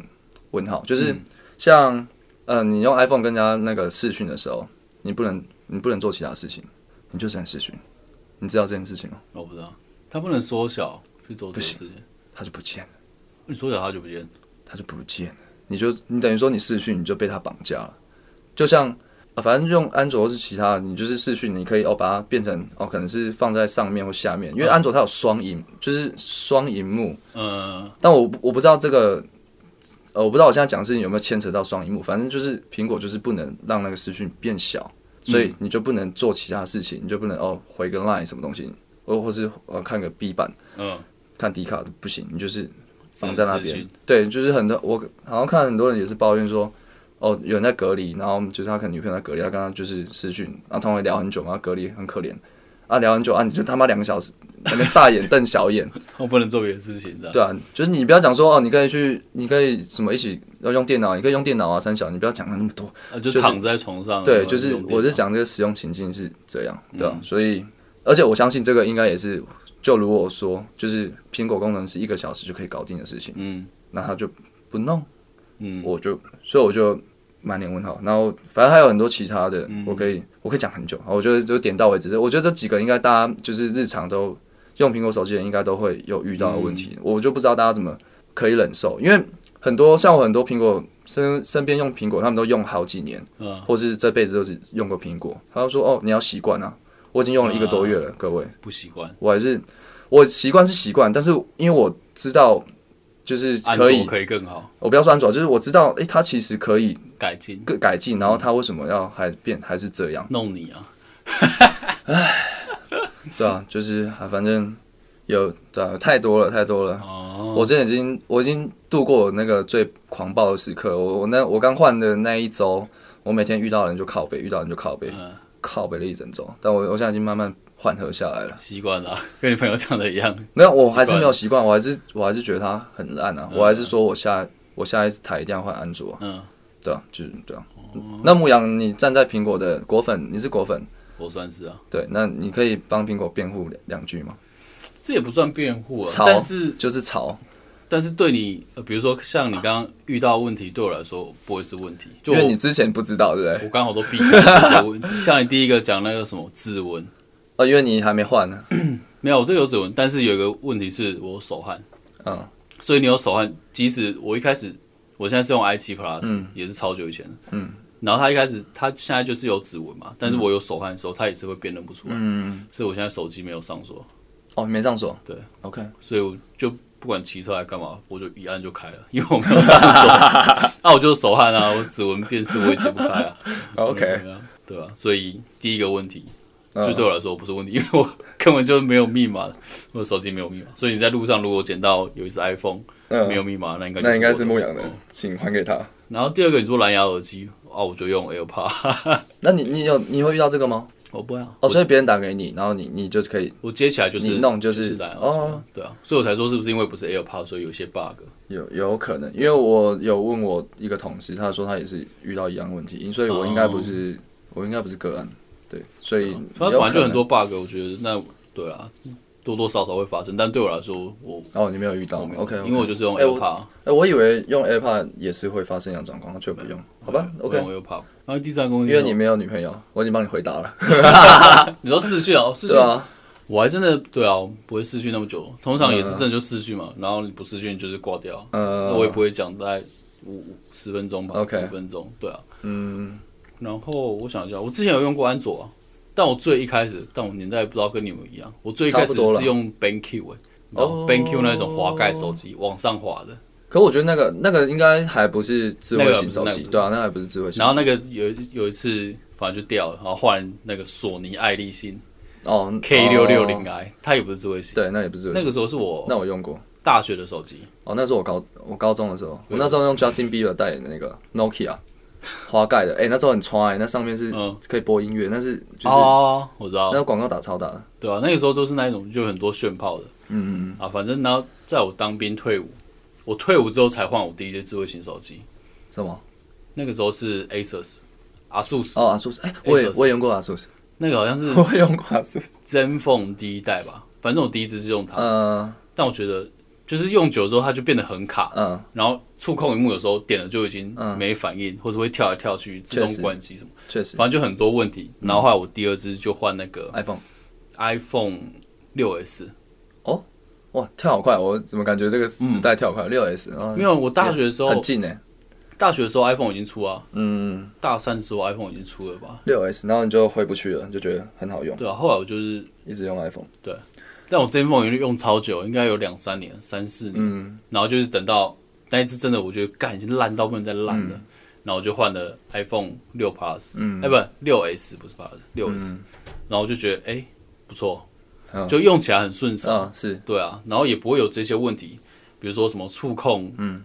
问号，就是像嗯、呃你用 iPhone 跟人家那个视讯的时候，你不能你不能做其他事情，你就只能视讯，你知道这件事情吗？
我不知道，它不能缩小去做这个事情，
它就不见了。
你缩小它就不见，
他就不见了。你就你等于说你视讯你就被他绑架了，就像、呃、反正用安卓或是其他的，你就是视讯，你可以哦把它变成哦可能是放在上面或下面，因为安卓它有双荧，就是双荧幕，
呃，
但我不我不知道这个呃，我不知道我现在讲的事情有没有牵扯到双荧幕，反正就是苹果就是不能让那个视讯变小，所以你就不能做其他事情，你就不能哦回个 Line 什么东西，或或是呃看个 B 版，
嗯，
看迪卡不行，你就是
只能
绑在那
视
边
讯。
对，就是很多我好像看很多人也是抱怨说，哦，有人在隔离，然后就是他可能女朋友在隔离，他跟他就是私讯，然后他们会聊很久嘛，隔离很可怜，啊聊很久啊，你就他妈两个小时，那边大眼瞪小 眼，
我不能做别的事情，这样
对啊，就是你不要讲说哦，你可以去，你可以什么一起要用电脑，你可以用电脑啊，三小，你不要讲了那么多。
啊，就
就是
躺在床上。
对，
然后
就是
用电脑嗯
我是，讲这个使用情境是这样，对啊，所以而且我相信这个应该也是，就如我说，就是苹果工程师一个小时就可以搞定的事情，
嗯
那他就不弄，
嗯，
我就所以我就满脸问号。然后反正还有很多其他的，
嗯
我可以我可以讲很久，我觉得就点到为止。我觉得这几个应该大家就是日常都用苹果手机的人应该都会有遇到的问题，
嗯
我就不知道大家怎么可以忍受，因为很多像我很多苹果身身边用苹果，他们都用好几年，
嗯
或是这辈子都是用过苹果，他就说哦你要习惯啊，我已经用了一个多月
嗯
了，各位。
不习惯，
我还是我习惯是习惯，但是因为我知道就是
安
可以
卓，可以更好
我不要说安卓，就是我知道，诶、它其实可以
改进，
更改进，然后它为什么要还变还是这样？
弄你啊，
对啊，就是啊，反正有对啊，太多了，太多了。
哦，
我之前已经我已经度过我那个最狂暴的时刻，我我那我刚换的那一周，我每天遇到人就靠背，遇到人就靠背，
嗯
靠背了一整周。但我我现在已经慢慢缓和下来了。
习惯了 啊，跟你朋友讲的一样，
没有，我还是没有习惯，我还是我还是觉得它很烂啊，我还是说我下我下一台一定要换安卓啊、
嗯，
对啊，就是对啊。那牧羊，你站在苹果的果粉，你是果粉，
我算是啊，
对，那你可以帮苹果辩护两两句吗？
这也不算辩护啊，
吵
但是
就是吵，
但是对你，呃比如说像你刚刚遇到问题，对我来说不会是问题，就
因为你
我
之前不知道，对不
我
对？
刚好都避开这些问题。像你第一个讲那个什么指纹，
哦，因为你还没换呢。
没有，我这个有指纹，但是有一个问题是我有手汗，
嗯，
所以你有手汗，即使我一开始，我现在是用 i 七 plus，、也是超久以前的，嗯，然后它一开始它现在就是有指纹嘛，但是我有手汗的时候，它也是会辨认不出来，嗯，所以我现在手机没有上锁，
哦，没上锁。
对
，OK，
所以我就不管骑车还干嘛，我就一按就开了，因为我没有上 锁，那、我就是手汗啊，我指纹辨识我也解不开啊
OK 嗯
怎么样对啊，所以第一个问题，就对我来说不是问题，因为我根本就没有密码，我的手机没有密码，所以你在路上如果捡到有一只 iPhone
嗯
没有密码，那应该
那应该是
我哦
牧羊的，请还给他。
然后第二个你说蓝牙耳机，哦，我就用 AirPod，
那你你有你会遇到这个吗？
我不要，
哦，所以别人打给你，然后你你就是可以
我接起来就是
你弄就
就是蓝牙耳机啊
哦，
对啊，所以我才说是不是因为不是 AirPod，所以有些 bug，
有有可能，因为我有问我一个同事，他说他也是遇到一样问题，所以我应该不是、我应该不是个案，对，所以
哦反
嗯
正
有可
本来就
能
很多 bug，我觉得那对啦，多多少少会发生，但对我来说，我
哦，你没有遇到
我没有
，OK，
因为我就是用
哎我
AirPod，
哎、我以为用 AirPod 也是会发生一样状况，那却不用，好吧
我
，OK，啊
用 AirPod。然后第三个问题
因
是
为
什么，
你没有女朋友，我已经帮你回答了，
你说视讯哦，视讯
对啊，
我还真的对啊，我不会视讯那么久，通常也是真的就视讯嘛，然后你不视讯就是挂掉，
嗯
那我也不会讲大概五五十分钟吧
OK
五分钟，对啊。
嗯，
然后我想一下，我之前有用过安卓、啊，但我最一开始，但我年代不知道跟你们一样，我最一开始
差不多了
是用 BenQ 哎、你知道
哦
BenQ 那种滑盖手机往上滑的，
可我觉得那个那个应该还不是智慧型手
那个不是那
机，
个
对啊，那还不是智慧型，
然后那个有一有一次反正就掉了，然后换那个索尼爱立信
哦
K 六六零
哦
i，它也不是智慧型，
对，那也不是智慧
那
型，
个时候是我
那我用过。
大学的手机，
哦，那是我高我高中的时候，我那时候用 Justin Bieber 代言的那个 Nokia 花盖的，哎、那时候很穿、欸，那上面是
嗯
可以播音乐，但是就是、
哦，我知道
那，个广告打超大的，
对啊，那个时候都是那一种就很多炫炮的
嗯嗯嗯，
啊，反正然后在我当兵退伍，我退伍之后才换我第一台智慧型手机，
什么？
那个时候是 ASUS 阿素斯，
哦，阿苏斯，哎、我也
ASUS
我也用过阿 苏斯，
那个好像是
我也用过阿苏斯，
真凤第一代吧，反正我第一只是用它，
嗯
但我觉得就是用久之后它就变得很卡，
嗯，
然后触控荧幕有时候点了就已经没反应，或者会跳来跳去，自
确
动
实
关机什么，
确实
反正就很多问题。然后后来我第二只就换那个
，iPhone，
iPhone 六 S，
哇，跳好快，我怎么感觉这个时代跳好快？六 S，然后
没有，我嗯大学的时
很
候，
近哎、
大学的时候 iPhone 已经出啊，
嗯，
大三的时候 iPhone 已经出了吧？
六 S，然后你就回不去了，就觉得很好用，
对啊，后来我就是，
一直用 iPhone，嗯
但我 ZenFone 用超久，应该有两三年、三四年，然后就是等到，那一只真的我觉得干已经烂到不能再烂了，
嗯
然后我就换了 iPhone 六 Plus，哎、不六 S 不是 Plus 六 S，、然后我就觉得哎、不错，
嗯
就用起来很顺手，
嗯，是，
对啊，然后也不会有这些问题，比如说什么触控，嗯，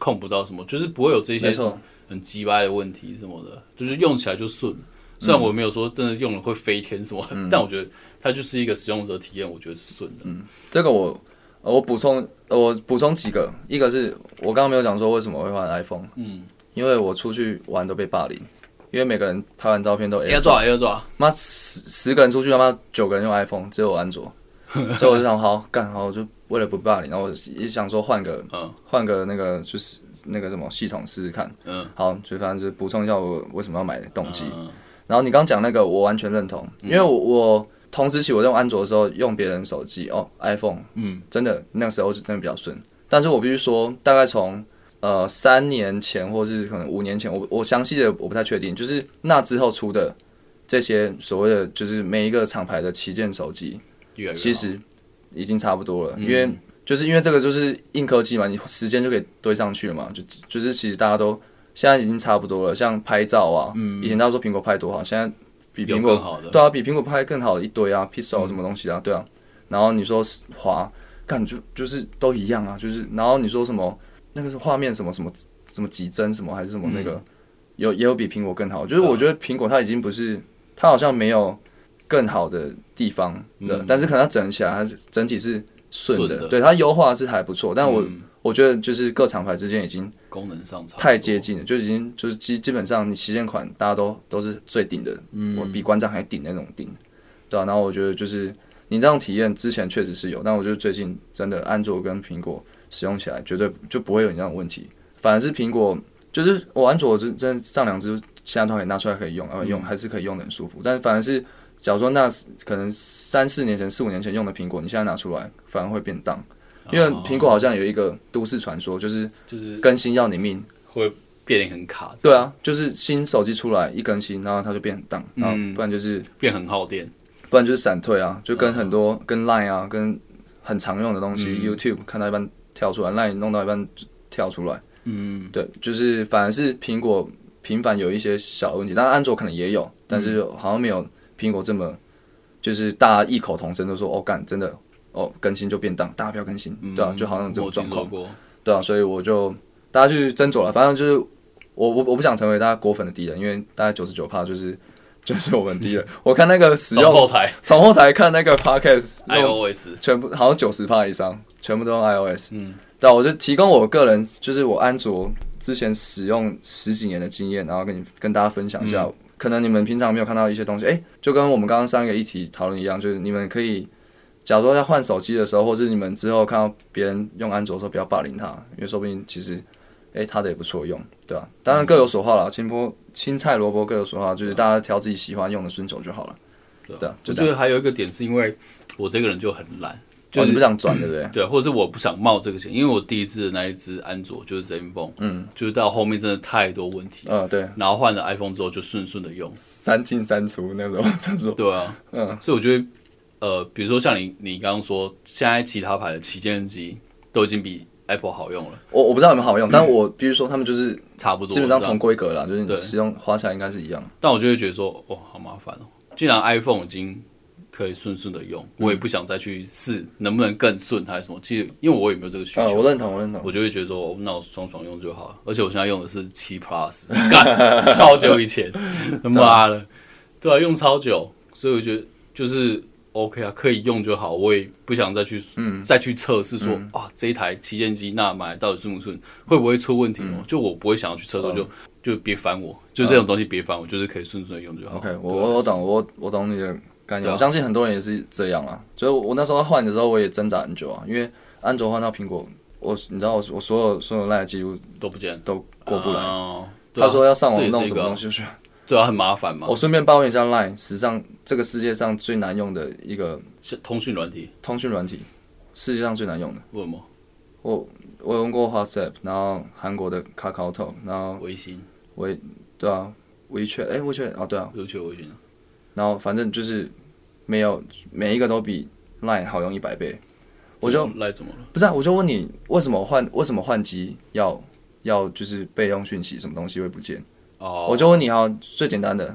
控不到什么，就是不会有这些
没
什
错
么很鸡掰的问题什么的，就是用起来就顺。虽然我没有说真的用了会飞天什么的，
嗯
但我觉得它就是一个使用者体验，我觉得是顺的。
这个我呃我补充呃我补充几个，一个是我刚刚没有讲说为什么我会换 iPhone，嗯，因为我出去玩都被霸凌，因为每个人拍完照片都
要
Air，
抓要抓，
妈十十个人出去他妈九个人用 iPhone，只有我安卓，所以我就想好干好，我就为了不霸凌，然后我也想说换个
嗯
换个那个就是那个什么系统试试看，
嗯，
好，就反正就是补充一下我为什么要买的动机。
嗯
然后你刚讲那个，我完全认同，因为我我同时期我用安卓的时候用别人手机哦，iPhone，
嗯，
真的那个时候是真的比较顺。但是我必须说，大概从呃三年前或是可能五年前，我我详细的我不太确定，就是那之后出的这些所谓的就是每一个厂牌的旗舰手机，
越来越好
其实已经差不多了，因为就是因为这个就是硬科技嘛，你时间就可以堆上去了嘛，就就是其实大家都现在已经差不多了，像拍照啊，以前大家说苹果拍多好，现在比
嗯
苹
有更好
果
的嗯
对啊，比苹果拍更好的一堆啊，Pixel 什么东西啊，对啊，然后你说滑，干就就是都一样啊，就是然后你说什么那个是画面什么什么什么几帧什么还是什么那
嗯
个，有也有比苹果更好，就是
啊
我觉得苹果它已经不是它好像没有更好的地方了，但是可能它整起来它是整体是顺
嗯顺
的，
的嗯
对它优化是还不错，但我、我觉得就是各厂牌之间已经
功能上差不多
太接近了，就已经就是基基本上你旗舰款大家都都是最顶的，我比馆长还顶那种顶，对啊，然后我觉得就是你这种体验之前确实是有，但我觉得最近真的安卓跟苹果使用起来绝对就不会有你那种问题，反而是苹果就是我安卓就真的上两只现在都可以拿出来可以用，然后啊用还是可以用的很舒服，但反而是假如说那可能三四年前四五年前用的苹果，你现在拿出来反而会变当，因为苹果好像有一个都市传说，就是
就是
更新要你命。
会变得很卡，
对啊，就是新手机出来一更新，然后它就变很荡，然后不然就是、
变很耗电。
不然就是闪退啊，就跟很多、跟 Line 啊，跟很常用的东西、YouTube 看到一半跳出来，Line 弄到一半就跳出来，
嗯，
对，就是反而是苹果频繁有一些小问题，当然安卓可能也有，但是好像没有苹果这么就是大家异口同声都说哦干真的哦更新就变荡，大家不要更新，对啊，就好像有这
嗯我
种状
听
况
说。过，
对啊，所以我就大家去斟酌了。反正就是我我我不想成为大家果粉的敌人，因为大概九十九趴就是就是我们敌人。我看那个使
然后后
用
台
从后台看那个 podcast，
iOS
全部好像九十趴以上，全部都用 iOS。
嗯，
对啊，我就提供我个人就是我安卓之前使用十几年的经验，然后跟你跟大家分享一
嗯
下。可能你们平常没有看到一些东西，哎、就跟我们刚刚上一个议题讨论一样，就是你们可以假如说在换手机的时候，或是你们之后看到别人用安卓的时候，不要霸凌他，因为说不定其实，哎、他的也不错用，对吧、当然各有所好啦，青波青菜萝卜各有所好，就是大家挑自己喜欢用的顺手就好了。对啊，
我
就这
觉
样。
得还有一个点是因为我这个人就很懒，就
哦
是嗯
你不想转，对不对？
对，或者是我不想冒这个险，因为我第一支的那一支安卓就是 ZenFone，嗯，就是到后面真的太多问题，
嗯，对，
然后换了 iPhone 之后就顺顺的用，
三进三出那 种，就是说
对啊，嗯，所以我觉得，呃，比如说像你你刚刚说，现在其他牌的旗舰机都已经比 Apple 好用了，
我我不知道有没有好用，但我必须说他们就是
差不多，
基本上
对啊
同规格啦，就是你
对
使用花起来应该是一样。
但我就会觉得说，哦，好麻烦哦。既然 iPhone 已经可以顺顺的用，我
嗯
也不想再去试能不能更顺还是什么。其实因为我也没有这个需
啊，
求，
我认同，我认同。
我就会觉得说，哦那我爽爽用就好了。而且我现在用的是七 Plus，干 超久以 前，他妈的，对啊，用超久，所以我觉得就是 OK 啊，可以用就好。我也不想再去、
嗯
再去测试说、啊，这一台旗舰机那买到底顺不顺，会不会出问题
嗯
哦？就我不会想要去测
哦
试，就就别烦我，就这种东西别烦我，就是可以顺顺的用就好。
OK，我我我懂，我我懂你的概
啊
念。我相信很多人也是这样啦。所以我那时候换的时候，我也挣扎很久啊，因为安卓换到苹果，我你知道我我所有所有赖的记录
都不见
都过不来。
哦对啊
他说要上
这
网
也是
弄
一
什
个啊
么东西，就是
对啊，很麻烦嘛
我。顺便抱怨一下 Line，史上这个世界上最难用的一个
是通讯软体，
通讯软体，世界上最难用的。
为什么？
我我用过 WhatsApp，然后韩国的 KakaoTalk，然后
微信，
微对啊，WeChat，哎，WeChat 哦对啊，
有去微信啊。
然后反正就是没有每一个都比 Line 好用一百倍。我就
赖怎么了？
不是啊，我就问你为什么换为什么换机要要就是备用讯息什么东西会不见？
哦，
我就问你哈，最简单的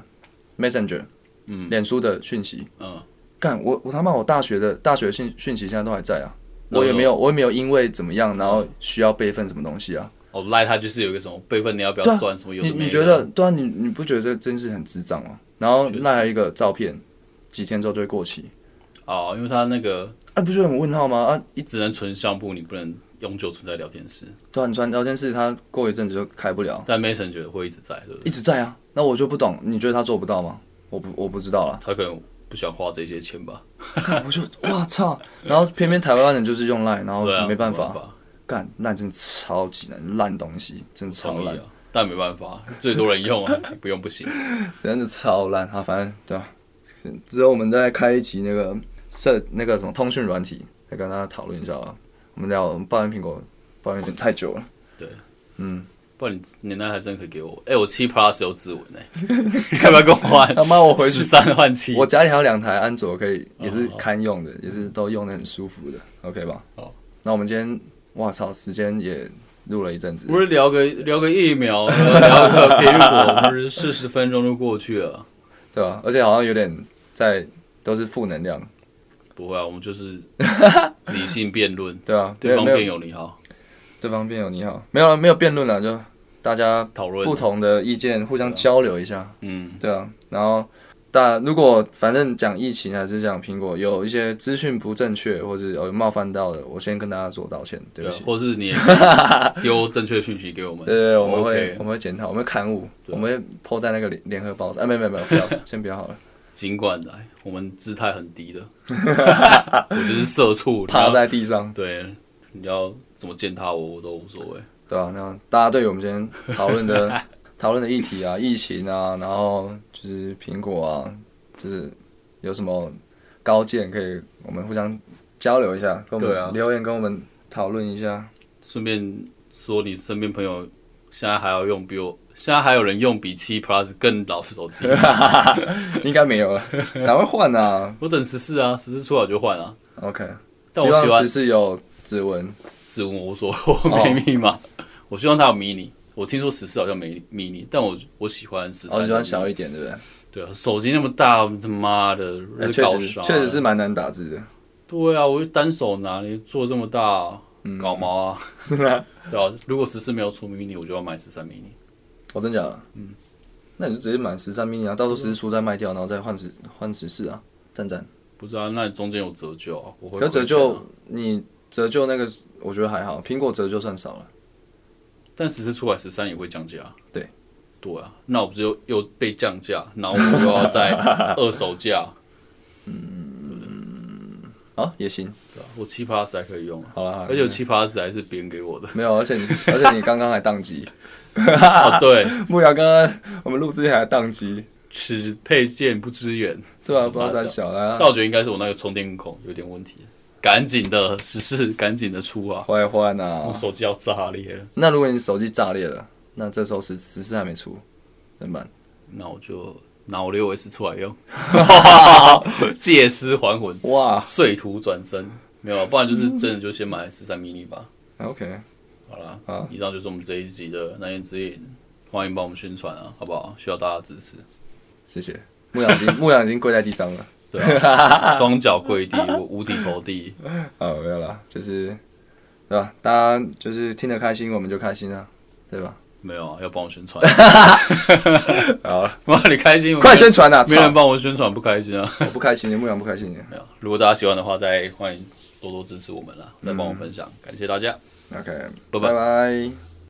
Messenger，嗯，脸书的讯息，
嗯，
干我我他妈我大学的大学讯讯息现在都还在啊，
那
我也
有
没有我也没有因为怎么样，然后需要备份什么东西啊？
哦赖他就是有一个什么备份，你要不
对
要
啊
转什么有的
你
没的？
你觉得对啊？你你不觉得这真是很智障吗？然后
确实
那还有一个照片，几天之后就会过期，
哦，因为他那个
哎、不是很问号吗？啊，一
只能存相簿，你不能永久存在聊天室。
对啊，你传聊天室它过一阵子就开不了，
但 Messenger 会一直在，对不对？
一直在啊。那我就不懂，你觉得他做不到吗？我不我不知 道啦。
他可能不想花这些钱吧？
干我就哇操，然后偏偏台湾人就是用赖，然后
对啊，
哦就没办
没
法，干烂真的超级难，烂东西真的超
同
烂
意，啊，但没办法，最多人用啊，你不用不行。
真的超烂啊！反正对吧、之后我们再开一集那个社那个什么通讯软体，再跟大家讨论一下吧。我们聊抱怨苹果，抱怨有点太 久了。
不然你你那台真的可以给我？哎、我七 Plus 有指纹哎、 你要不要跟我换？
他妈我 回去
十三换七，
我家里还有两台安卓，可以也
哦
是堪用的，也是都用的很舒服的，OK 吧？
好，
那我们今天哇操，时间也录了一阵子，
不是聊个聊个疫苗，聊个苹果，不是四十分钟就过去了？
对吧、而且好像有点在都是负能量，
不会啊，我们
，
就是理性辩论
对吧、没
对
有
方
没
辩
有
友你好，
对方辩友你好，没有了没有辩论了，就大家
讨论
不同的意见互相交流一下。
嗯，
对啊，然后大如果反正讲疫情还是讲苹果，有一些资讯不正确或是呃有冒犯到的，我先跟大家说道歉，对
对
不
啊
起。，
或是你 也可以丢正确讯息给我们，
对对对，我们
OK
会我们会检讨，我们会刊物，我们会抛在那个联联合报上。哎，没有没有没有， 不要，先不要好了，
尽管来，我们姿态很低 的，我就是社畜，你
趴
要
在地上，
对，你要怎么践踏我，我都无所谓。
对吧、那大家对我们今天讨论的 讨论的议题啊，疫情啊，然后就是苹果啊，就是有什么高见可以我们互相交流一下，跟我
对啊
们留言跟我们讨论一下。
顺便说，你身边朋友现在还要用比我现在还有人用比七 Plus 更老的手 机，
应该 没有了，哪会换啊
我等十四啊，十四出来我就换啊。
？OK，
但
希
我喜
望
欢
十四有指纹，
指纹我 无所谓，我没
哦
密码。我希望它有 mini，我听说十四好像没 mini，但我我喜欢十
然后
三。
哦喜欢小一点，对不对？
对啊，手机那么大，他妈的，
哎
搞
确实
啥啊
确实是。蛮难打字的。
对啊，我就单手拿，你做这么大，搞毛啊？
嗯 对啊，
对啊，如果十四没有出 mini，我就要买十三 mini。
我真假的？嗯，那你就直接买十三 mini 啊，到时候十四出再卖掉，然后再换十换十四啊，赞赞。
不知道、那你中间有折旧啊？我会
可是折
亏钱啊
旧你折旧那个，我觉得还好，苹果折旧算少了。
但十四出来十三也会降价。啊
对，
对啊，那我不是又又被降价，然后我又要 在二手价，
啊，也行，
对啊，我七 plus 还可以用啊，
好了，好啦。
而且我七 plus 还是别人给我的
没有，啊而且你而且你刚刚还宕机，
啊，对，
木瑶刚刚我们录之前还宕机，
此配件不支援。
对啊，不知道在小啊，
但我觉得应该是我那个充电孔有点问题，赶紧的十四，赶紧的出啊！
坏换啊
我。手机要炸裂了，
那如果你手机炸裂了，那这时候十十四还没出，怎么办？
那我就拿我六 S 出来 用，借尸还魂，
哇
碎土转身。没有啊，不然就是真的就先买十三 mini 吧。
，OK，
好啦，
好
以上就是我们这一集的难言之隐，欢迎帮我们宣传啊，好不好？需要大家支持。
谢谢。牧羊已经牧羊已经跪在地上了。
对啊，双脚跪地，我五体投地。
啊，没有啦，就是对吧？大家就是听得开心，我们就开心啊，对吧？
没有啊，要帮我宣 传。
好了，
哇，你开心？
快宣传啊！
没人
操，
帮我宣传，不开心啊。
我不开心，牧羊不开心。
没有，如果大家喜欢的话，再欢迎多多支持我们啦，再帮我分享，感谢大家。
OK，
拜拜
拜拜